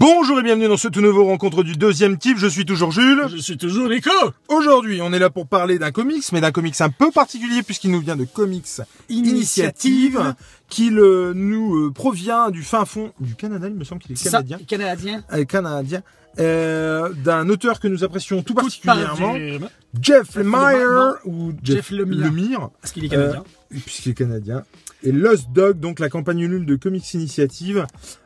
Bonjour et bienvenue dans ce tout nouveau rencontre du deuxième type. Je suis toujours Jules. Je suis toujours Nico Aujourd'hui, on est là pour parler d'un comics, mais d'un comics un peu particulier puisqu'il nous vient de Comics Initiative, qu'il euh, nous euh, provient du fin fond du Canada. Il me semble qu'il est canadien. Ça, Canadien. Euh, canadien. Euh, d'un auteur que nous apprécions tout Tout particulièrement, particulièrement. Jeff Lemire, Lemire ou Jeff, Jeff Lemire. Lemire. Parce qu'il est canadien. Euh, puisqu'il est canadien. Et Lost Dog, donc la campagne Ulule de Comics Initiative.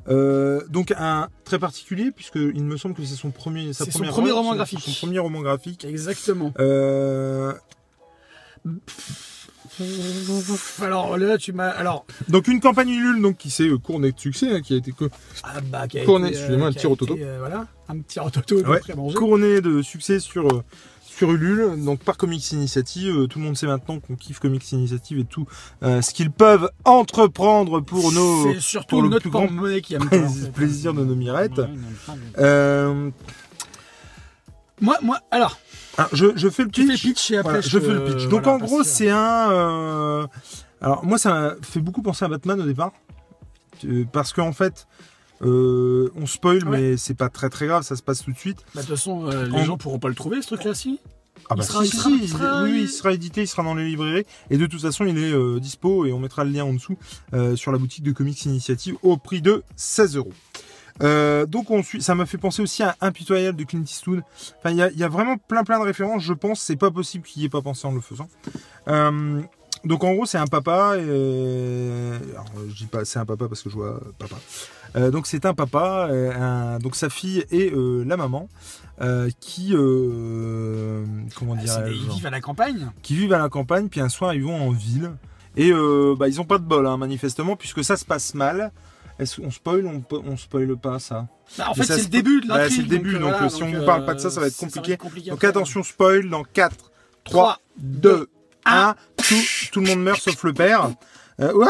Euh, donc un très particulier, puisqu'il me semble que c'est son premier, sa C'est son première premier œuvre, roman son- graphique. Son premier roman graphique. Exactement. Euh, Pff, Alors là, tu m'as. Alors. donc une campagne Ulule donc, qui s'est euh, couronnée de succès, hein, qui a été co- Ah bah, qui a Cornet, été, euh, excusez-moi, un qui a petit rototo. été, euh, voilà, un petit rototo Ouais. après manger. couronnée de succès sur, euh, sur Ulule, donc par Comics Initiative. Euh, Tout le monde sait maintenant qu'on kiffe Comics Initiative et tout euh, ce qu'ils peuvent entreprendre pour nos... C'est surtout pour le notre plus grand grand monnaie qui aime plais- plaisir de nos mirettes. Euh, Moi, moi, alors, ah, je, je fais le tu fais le pitch. pitch et après. euh, Voilà, je fais le pitch. Donc voilà, en gros, parce que- c'est un. euh, Alors moi, ça m'a fait beaucoup penser à Batman au départ, Euh, parce qu'en fait, euh, on spoil, Ouais. mais c'est pas très très grave, ça se passe tout de suite. Bah, De toute façon, euh, les En- gens pourront pas le trouver, ce truc-là, si. Ah Il sera- il sera- euh, il sera- oui, oui, il sera édité, il sera dans les librairies, et de toute façon, il est euh, dispo et on mettra le lien en dessous euh, sur la boutique de Comics Initiative au prix de 16 euros. Euh, donc on suit, ça m'a fait penser aussi à Impitoyable de Clint Eastwood. Enfin, il y a, il y a vraiment plein plein de références. Je pense c'est pas possible qu'il y ait pas pensé en le faisant. Euh, donc en gros c'est un papa. euh, alors, je dis pas c'est un papa parce que je vois euh, papa. Euh, donc c'est un papa, euh, un- donc sa fille et euh, la maman euh, qui euh, comment Bah, c'est des- dirais-je Ils vivent à la campagne. qui vivent à la campagne, puis un soir ils vont en ville. Et euh, bah, ils ont pas de bol, hein, manifestement, puisque ça se passe mal. Est-ce qu'on spoil on, peut- on spoil pas ça Bah, en Mais fait, ça c'est se- le début de Bah, l'intrigue. c'est le début, donc, voilà, si on euh, parle pas de ça, ça va être compliqué. Donc après. attention, spoil dans 4, 3, Trois. 2, un. 1. Tout, tout le monde meurt sauf le père. Euh, ouah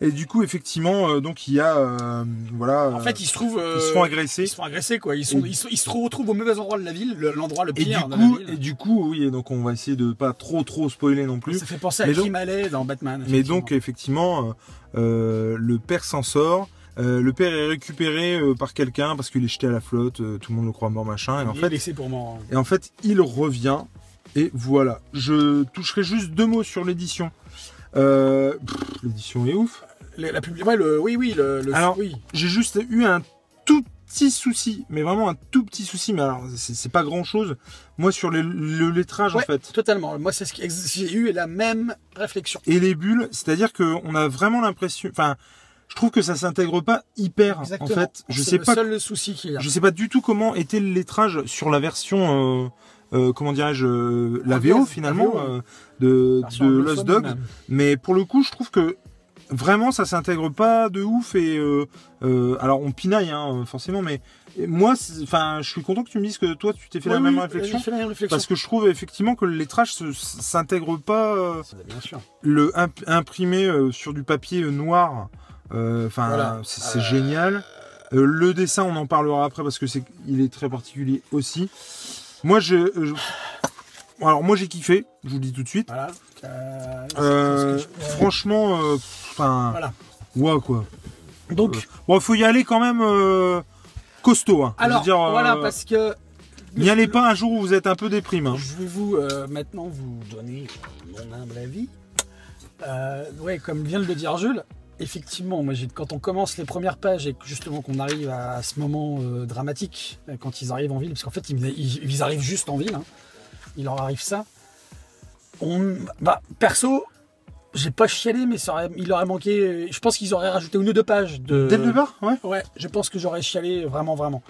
et du coup, effectivement, euh, donc il y a. euh, voilà. En euh, fait, ils se trouvent. ils euh, se font agresser. Ils se font agresser, quoi. Ils, sont, Et- ils, sont- ils se retrouvent au mauvais endroit de la ville, le- l'endroit le Et du, pire de la coup, ville. et du coup, oui, et donc on va essayer de pas trop trop spoiler non plus. Ça fait penser à Mais donc- Kim Alley dans Batman. Mais donc effectivement, euh, euh, le père s'en sort. Euh, le père est récupéré euh, par quelqu'un parce qu'il est jeté à la flotte. euh, tout le monde le croit mort, machin. Et en fait, c'est pour moi. et en fait, il revient. Et voilà. Je toucherai juste deux mots sur l'édition. Euh, pff, l'édition est ouf. La, la publi- ouais, le, oui, oui, le. le- Alors- oui. J'ai juste eu un tout petit souci, mais vraiment un tout petit souci. Mais alors, c'est c'est pas grand chose. Moi, sur les- le lettrage, en Ouais. fait. Totalement. Moi, c'est ce que j'ai eu la même réflexion. et les bulles, c'est-à-dire qu'on a vraiment l'impression, enfin, je trouve que ça s'intègre pas hyper, Exactement. Ah, Oh, en fait. Je C'est sais le pas, seul le souci qu'il y a. je sais pas du tout comment était le lettrage sur la version, euh, euh, comment dirais-je, euh, la Anglaise, VO finalement la VO, euh, de, Version de anglophone, Lost Dog, même. mais pour le coup, je trouve que vraiment ça s'intègre pas de ouf et euh, euh, alors on pinaille hein, euh, forcément, mais et moi, c'est- enfin, je suis content que tu me dises que toi tu t'es fait Oui, la même oui, réflexion. j'ai fait la même réflexion. Parce que je trouve effectivement que le lettrage se- s'intègre pas. euh, Bien sûr. le imp- imprimé euh, sur du papier euh, noir, euh, enfin Voilà. c'est c'est Euh, génial. Euh, le dessin, on en parlera après parce que c'est il est très particulier aussi. Moi je, euh, je- alors moi j'ai kiffé, je vous le dis tout de suite. Voilà. Euh, Euh, c'est tout ce que je- franchement, euh, enfin, Voilà. ouais quoi. Donc, Euh, Bon, faut y aller quand même euh, costaud. hein. Je veux alors, dire, euh, voilà, parce que. n'y allez pas un jour où vous êtes un peu déprime. hein. Je vais vous euh, maintenant vous donner mon humble avis. Euh, ouais, comme vient de le dire Jules, effectivement, moi, j'ai- quand on commence les premières pages et que, justement qu'on arrive à ce moment euh, dramatique, euh, quand ils arrivent en ville, parce qu'en fait ils, ils- ils arrivent juste en ville, hein. il leur arrive ça. On, bah, perso, j'ai pas chialé, mais ça aurait- il aurait manqué. euh, Je pense qu'ils auraient rajouté une ou deux pages de. Dès le départ, ouais. Ouais, je pense que j'aurais chialé vraiment, vraiment.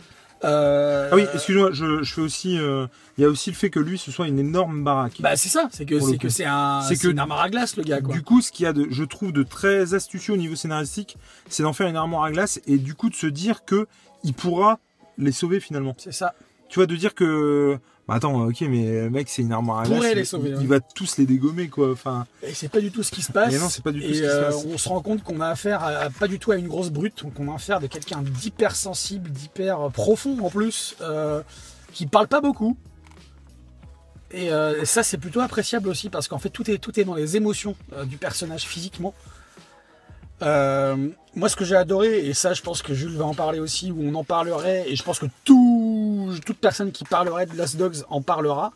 Euh, Ah oui, excuse-moi, je, je fais aussi. euh, Il y a aussi le fait que lui, ce soit une énorme baraque. Bah c'est ça, c'est que Pour le c'est coup. que c'est un C'est c'est que- une armoire à glace le gars quoi. Du coup, ce qu'il y a de, je trouve, de très astucieux au niveau scénaristique, c'est d'en faire une armoire à glace et du coup de se dire que il pourra les sauver finalement. C'est ça. Tu vois, de dire que, bah attends, ok, mais le mec, c'est une armoire à Pourrait glace. les il- sauver, il, ouais. il va tous les dégommer, quoi. Enfin, Et c'est pas du tout ce qui se passe. Mais non, c'est pas du tout Et, ce qui se euh, passe. on se rend compte qu'on a affaire à, à pas du tout à une grosse brute, donc on a affaire de quelqu'un d'hyper sensible, d'hyper euh, profond en plus, euh, qui parle pas beaucoup. Et euh, ça c'est plutôt appréciable aussi parce qu'en fait tout est tout est dans les émotions euh, du personnage physiquement. Euh, moi, ce que j'ai adoré, et ça, je pense que Jules va en parler aussi, où on en parlerait, et je pense que tout, toute personne qui parlerait de Last Dogs en parlera,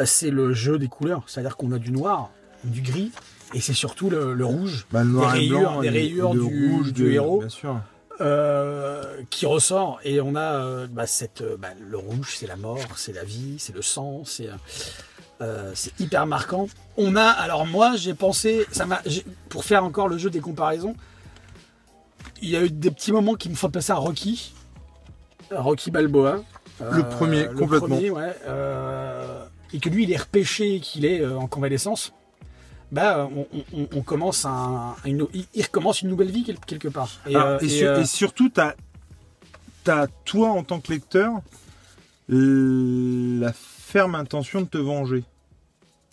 euh, c'est le jeu des couleurs. C'est-à-dire qu'on a du noir, du gris, et c'est surtout le, le rouge, Bah, le noir et Des rayures- blanc, des et- rayures et de du- rouge, du de- héros. Bien sûr. euh, qui ressort. Et on a euh, bah, cette, euh, bah, le rouge, c'est la mort, c'est la vie, c'est le sang, c'est euh, euh, c'est hyper marquant. On a, alors moi, j'ai pensé, ça m'a, j'ai- pour faire encore le jeu des comparaisons, il y a eu des petits moments qui me font penser à Rocky, Rocky Balboa. Euh, Le premier, le complètement. premier, ouais, euh, et que lui, il est repêché, et qu'il est euh, en convalescence. Bah, on, on- on commence un, une- il- il recommence une nouvelle vie quel- quelque part. Et, Alors, euh, Ah, et, et, sur- euh, et surtout, t'as, t'as, toi, en tant que lecteur, la ferme intention de te venger.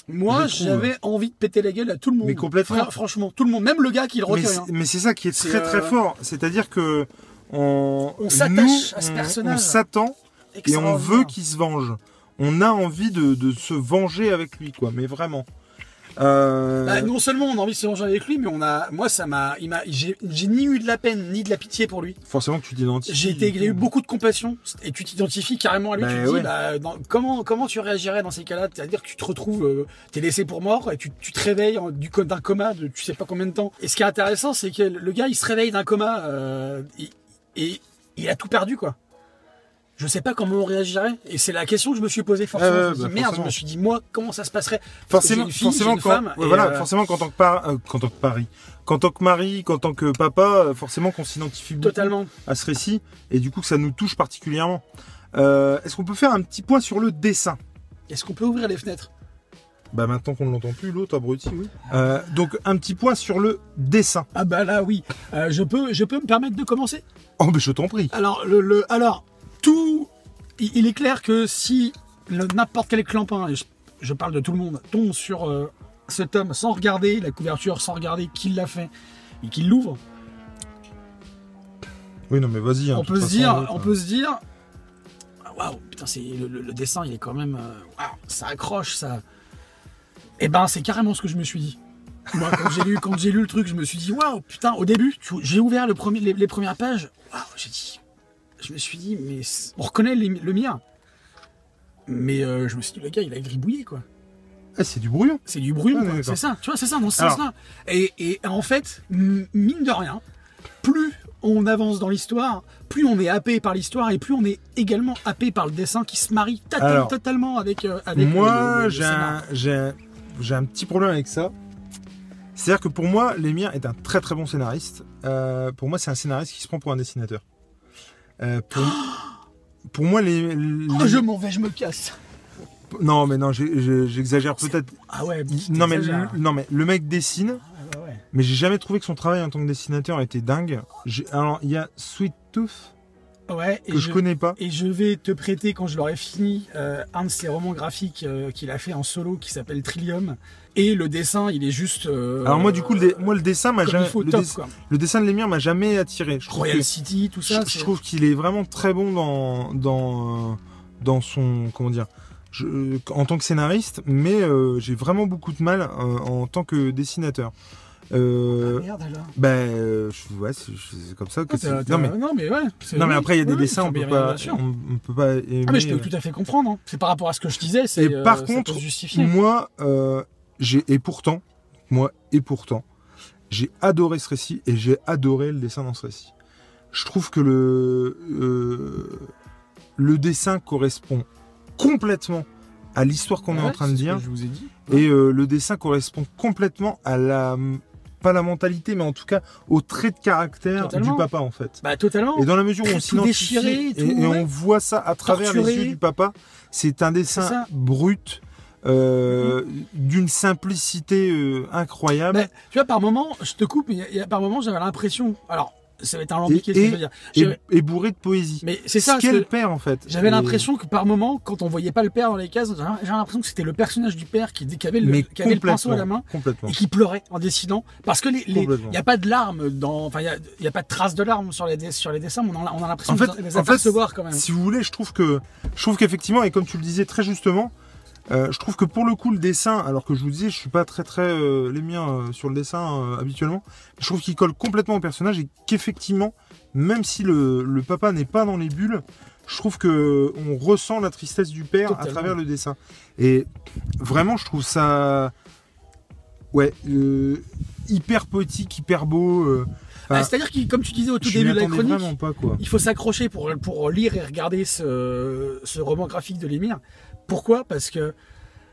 Moi, je trouve. j'avais envie de péter la gueule à tout le monde. euh, Mais complètement. Fra- franchement, tout le monde, même le gars qui le Mais recueille. hein. c'est, mais c'est ça qui est C'est, très très euh, fort. C'est-à-dire que on, On s'attache nous, à ce on- personnage. On s'attend et on hein. Extraordinaire. veut qu'il se venge. On a envie de, de se venger avec lui, quoi. Mais vraiment. Euh, Bah, non seulement on a envie de se venger avec lui, mais on a, moi, ça m'a, il m'a, j'ai j'ai ni eu de la peine ni de la pitié pour lui. forcément que tu t'identifies. J'ai été, j'ai eu beaucoup de compassion et tu t'identifies carrément à lui. Bah, tu te ouais. dis, bah, dans- comment, comment tu réagirais dans ces cas-là C'est-à-dire que tu te retrouves, euh, t'es laissé pour mort et tu, tu te réveilles en- du co- d'un coma de tu sais pas combien de temps. Et ce qui est intéressant, c'est que le gars, il se réveille d'un coma euh, et, et il a tout perdu, quoi. Je sais pas comment on réagirait. Et c'est la question que je me suis posée forcément. Ouais, je ouais, me suis bah, dit, merde, forcément. je me suis dit, moi, comment ça se passerait Parce que j'ai forcément, une fille, forcément, j'ai une quand, femme, ouais, et, voilà, euh, forcément, qu'en tant que par, euh, qu'en tant que pari, qu'en tant que mari, qu'en tant que papa, euh, forcément qu'on s'identifie beaucoup Totalement. à ce récit et du coup que ça nous touche particulièrement. Euh, Est-ce qu'on peut faire un petit point sur le dessin Est-ce qu'on peut ouvrir les fenêtres Bah maintenant qu'on ne l'entend plus, l'autre abruti, oui. Euh, donc un petit point sur le dessin. Ah bah là, oui. Euh, je peux, je peux me permettre de commencer Oh mais je t'en prie. Alors, le, le- alors tout. Il, il est clair que si le- n'importe quel clampin, et je, je parle de tout le monde, tombe sur euh, ce tome sans regarder la couverture, sans regarder qui l'a fait et qu'il l'ouvre, Oui non mais vas-y. hein, on de peut toute se façon, dire, l'autre, on peut se dire, Ah, waouh, putain, c'est le, le- le dessin, il est quand même, euh, waouh, ça accroche, ça. Eh ben, c'est carrément ce que je me suis dit. Moi, quand j'ai lu, quand j'ai lu le truc, je me suis dit, waouh, putain, au début, tu- j'ai ouvert le premier, les, les premières pages, waouh, j'ai dit, je me suis dit, mais c'est- on reconnaît les- le mien. Mais euh, je me suis dit, le gars, il a gribouillé, quoi. eh, c'est du brouillon. C'est du brume, Ah, quoi. d'accord. c'est ça, tu vois, c'est ça dans ce Alors. sens-là. Et, et en fait, m- mine de rien, plus on avance dans l'histoire, plus on est happé par l'histoire et plus on est également happé par le dessin qui se marie tata- Alors. totalement avec, euh, avec le- le- Moi le j'ai scénar. un, j'ai un- j'ai un petit problème avec ça. C'est-à-dire que pour moi, Lemire est un très très bon scénariste. Euh, pour moi, c'est un scénariste qui se prend pour un dessinateur. Euh, pour, pour moi, les, les- Oh, je m'en vais, je me casse. non mais non, j'ai- j'ai- j'exagère peut-être. Ah ouais, Non mais le, t'exagères. non mais le mec dessine. Ah bah ouais. Mais j'ai jamais trouvé que son travail en tant que dessinateur était dingue. J'ai- Alors, il y a Sweet Tooth, Ah Ouais, et que je, je, connais pas. et je vais te prêter, quand je l'aurai fini, euh, un de ses romans graphiques euh, qu'il a fait en solo qui s'appelle Trillium. Et le dessin, il est juste. euh, Alors, moi, du coup, le, dé- moi, le dessin m'a comme il jamais. faut, le, top, dess- quoi. le dessin de Lemire m'a jamais attiré. Je trouve Royal que- City, tout je, ça. je c'est- trouve qu'il est vraiment très bon dans, dans, euh, dans son. Comment dire je- En tant que scénariste, mais euh, j'ai vraiment beaucoup de mal euh, en tant que dessinateur. Euh, Ah, merde alors. ben, euh, je- ouais, c'est c'est comme ça que Ah, c'est- t'as- t'as- Non, mais, ouais. c'est- non, mais oui, après, il y a des oui, oui, dessins, t'as on bien peut, raison, pas, bien sûr. on, on peut pas aimer. euh, Ah mais je peux tout à fait comprendre. hein. C'est par rapport à ce que je disais. C'est Et par euh, ça contre, peut se justifier. Moi, euh, j'ai et pourtant, moi et pourtant, j'ai adoré ce récit et j'ai adoré le dessin dans ce récit. Je trouve que le euh, le dessin correspond complètement à l'histoire qu'on est en Ouais, train de c'est ce que dire Je vous ai dit. et euh, le dessin correspond complètement à la pas la mentalité mais en tout cas au trait de caractère Totalement. du papa en fait. Bah totalement. Et dans la mesure où on Tout s'identifie déchiré et et, tout, et ouais. on voit ça à travers Torturé. les yeux du papa, c'est un dessin C'est ça. Mm-hmm. brut, euh, d'une simplicité euh, incroyable. Mais tu vois, par moment, je te coupe, mais il y a- il y a- par moment, j'avais l'impression. Alors, ça va être un lambiqué, Et- ce que et- je veux dire. et, J'avais- et bourré de poésie. Mais c'est ça. Ce qu'est parce le que père en fait. J'avais Et- l'impression que par moment, quand on voyait pas le père dans les cases, j'avais j'avais l'impression que c'était le personnage du père qui, qui avait, le, mais qui avait le pinceau à la complètement, main Complètement. et qui pleurait en dessinant parce que les, les- Complètement. il n'y a pas de larmes dans enfin il y a- il y, a pas de traces de larmes sur les dess- sur les dessins mais on en a, on a l'impression En fait- de les en fait, apercevoir quand même Si vous voulez, je trouve que je trouve qu'effectivement et comme tu le disais très justement, Euh, je trouve que pour le coup, le dessin, alors que je vous disais, je suis pas très très euh, les miens euh, sur le dessin euh, habituellement, je trouve qu'il colle complètement au personnage et qu'effectivement, même si le, le papa n'est pas dans les bulles, je trouve que on ressent la tristesse du père à Totalement. travers le dessin. Et vraiment, je trouve ça, ouais, euh, hyper poétique, hyper beau. euh, Ah, C'est-à-dire que, comme tu disais au tout je début m'y de la attendais chronique, vraiment pas quoi. il faut s'accrocher pour, pour lire et regarder ce, ce roman graphique de Lemire. Pourquoi Parce que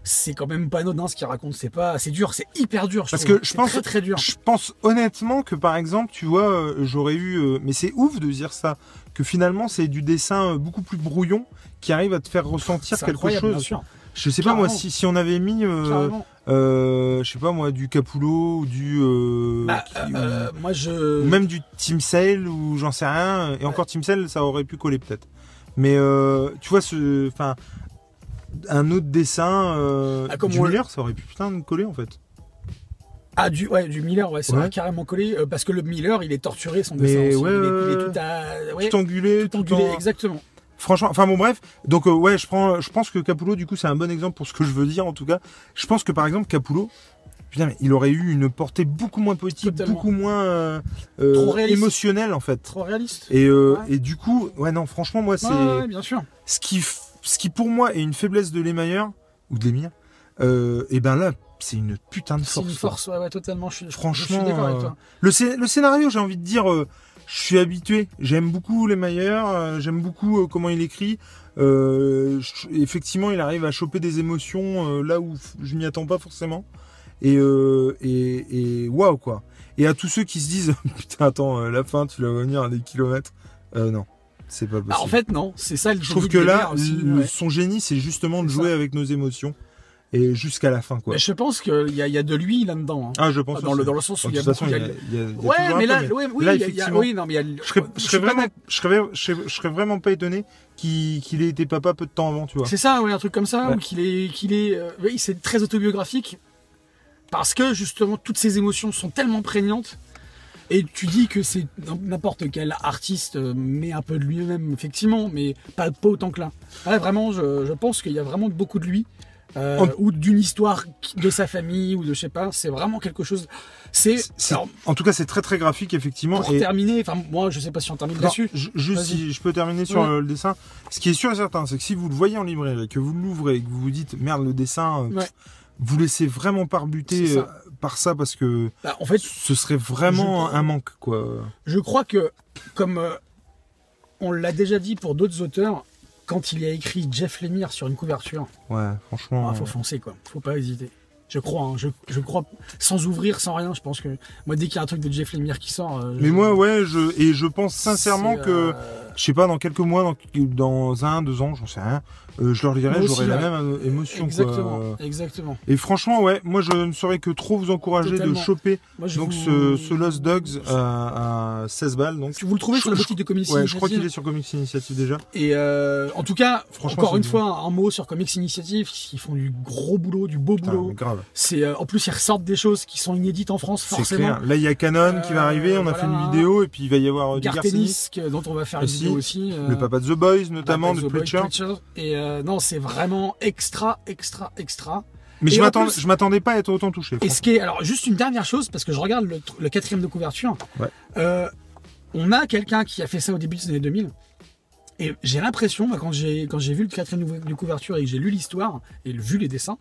c'est quand même pas anodin ce qu'il raconte. C'est pas, c'est dur, c'est hyper dur. Je Parce trouve. que je C'est pense- très très dur. Je pense honnêtement que par exemple, tu vois, euh, j'aurais eu, euh, mais c'est ouf de dire ça, que finalement c'est du dessin euh, beaucoup plus brouillon qui arrive à te faire ressentir C'est quelque incroyable, bien chose. sûr. Je sais pas moi Clairement. si, si on avait mis, euh, Clairement. euh, je sais pas moi, du Capullo ou du, euh, Bah, qui- euh, ou- euh, moi ou je. même du Team Sale ou j'en sais rien. Et encore Team Sale, ça aurait pu coller peut-être. Mais euh, tu vois ce, enfin, un autre dessin euh, Ah, comme du on- Miller, ça aurait pu putain de coller en fait. Ah, du, ouais, du Miller, ouais, ça Ouais. va carrément collé. euh, parce que le Miller, il est torturé, son Mais dessin aussi. ouais, il, est, il ouais, est tout à. Ouais, Tout angulé, tout angulé, en- exactement. Franchement, enfin bon bref, donc euh, ouais, je prends, je pense que Capullo du coup c'est un bon exemple pour ce que je veux dire en tout cas. Je pense que par exemple Capullo, putain, mais il aurait eu une portée beaucoup moins poétique, Totalement. beaucoup moins euh, euh, Trop réaliste. émotionnelle en fait. Trop réaliste. Et, euh, Ouais. et du coup, ouais non, franchement moi c'est Ouais, ouais, bien sûr. ce qui, f- ce qui pour moi est une faiblesse de Lemayer ou de Lemire, euh, et ben là c'est une putain de C'est force. une force, ouais, ouais, totalement. Je, suis- je- je Franchement, suis d'accord avec euh, toi. Le, scé- le scénario, j'ai envie de dire, euh, je suis habitué. J'aime beaucoup les Maillères, euh, j'aime beaucoup euh, comment il écrit. Euh, je- effectivement, il arrive à choper des émotions euh, là où f- je m'y attends pas forcément. Et, euh, et, et waouh, quoi. Et à tous ceux qui se disent, putain, attends, euh, la fin, tu la vas venir à des kilomètres. Euh, non, c'est pas possible. Ah, en fait, non, c'est ça le je génie trouve de que Lemire là, aussi, le- ouais. son génie, c'est justement de C'est jouer ça. avec nos émotions. Et jusqu'à la fin, quoi. Mais je pense qu'il y, a- il y a de lui là-dedans. hein. Ah, je pense dans, le, aussi. dans le sens où Bon, il de y a toute façon, beaucoup. il y a, il y il y a- a- il y a Ouais, toujours un mais peu, là, ouais, oui, là, il y a- il y a- effectivement, oui, non, mais il y a- je serais, je suis serais pas vraiment, d'accord. je serais, je serais- je serais vraiment pas étonné qu'il qu'il ait été papa peu de temps avant, tu vois. C'est ça, ouais, un truc comme ça, Ouais. ou qu'il est, qu'il est, euh, oui, c'est très autobiographique, parce que justement toutes ces émotions sont tellement prégnantes, et tu dis que c'est n'importe quel artiste euh, met un peu de lui-même, effectivement, mais pas, pas autant que là. Ouais, vraiment, je, je pense qu'il y a vraiment beaucoup de lui. euh, En- ou d'une histoire qui- de sa famille ou de je sais pas c'est vraiment quelque chose c'est C'est- c'est- alors, En tout cas, c'est très très graphique, effectivement. pour et- terminer enfin moi je sais pas si on termine Non, là-dessus ju- juste Vas-y. si je peux terminer sur Ouais. euh, le dessin. Ce qui est sûr et certain, c'est que si vous le voyez en librairie, et que vous l'ouvrez et que vous vous dites merde le dessin, euh, Ouais. pff, vous laissez vraiment pas rebuter C'est ça. euh, par ça parce que Bah, en fait ce serait vraiment Je- un manque quoi. Je crois que, comme euh, on l'a déjà dit pour d'autres auteurs, quand il y a écrit Jeff Lemire sur une couverture, Ouais, il franchement. Ah, faut euh, foncer quoi, faut pas hésiter. Je crois, hein, je, je crois, sans ouvrir, sans rien, je pense que moi dès qu'il y a un truc de Jeff Lemire qui sort. euh, Mais je- moi, ouais, je et je pense sincèrement c'est, que euh, je sais pas, dans quelques mois, dans, dans un, deux ans, j'en sais rien, euh, je leur Moi dirai, aussi, j'aurai la ouais. même euh, émotion. quoi. Exactement, exactement. Et franchement, ouais, moi je ne saurais que trop vous encourager de Totalement. choper Moi, je donc ce, vous- ce Lost Dogs euh, à, à 16 balles. Donc. Tu vous le trouvez je- sur la je- boutique de Comics Ouais, je crois Initiative. qu'il est sur Comics Initiative déjà. Et euh, en tout cas, Franchement, encore c'est une bien. fois, un mot sur Comics Initiative, qui font du gros boulot, du beau Putain, boulot. mais grave, C'est euh, en plus ils ressortent des choses qui sont inédites en France, c'est forcément. clair. Là, il y a Canon qui va Euh, arriver, on a voilà. fait une vidéo, et puis il va y avoir euh, du Garcinis, Gartenis, que- dont on va faire une Aussi, vidéo aussi. euh, le papa de The Boys notamment, Bad de Boys, The Boy, Preacher. Preacher. Et euh, non, c'est vraiment extra, extra, extra. Mais Et je en m'attendais, plus- je m'attendais pas à être autant touché. Et ce qui est, alors juste une dernière chose, parce que je regarde le, tr- le quatrième de couverture. Ouais. Euh, on a quelqu'un qui a fait ça au début des années 2000. Et j'ai l'impression, bah, quand j'ai quand j'ai vu le quatrième de- de couverture et que j'ai lu l'histoire et vu les dessins,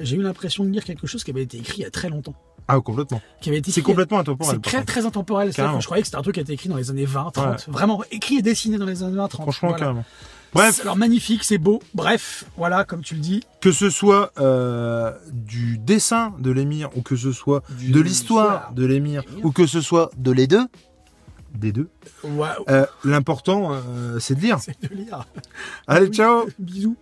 j'ai eu l'impression de lire quelque chose qui avait été écrit il y a très longtemps. Ah, complètement. Qui avait été C'est écrit il y a complètement intemporel. C'est par très, contre. très intemporel. C'est-à-dire Carrément. que je croyais que c'était un truc qui a été écrit dans les années 20, 30. Vraiment écrit et dessiné dans les années 20, 30. Franchement, Voilà. carrément. Bref, C'est- Alors magnifique, c'est beau. Bref, voilà, comme tu le dis. que ce soit euh, du dessin de l'émir ou que ce soit Du- de l'histoire de l'émir ou que ce soit de les deux, des deux, Waouh, euh, l'important euh, c'est de lire. c'est de lire. Allez, Oui. ciao Bisous.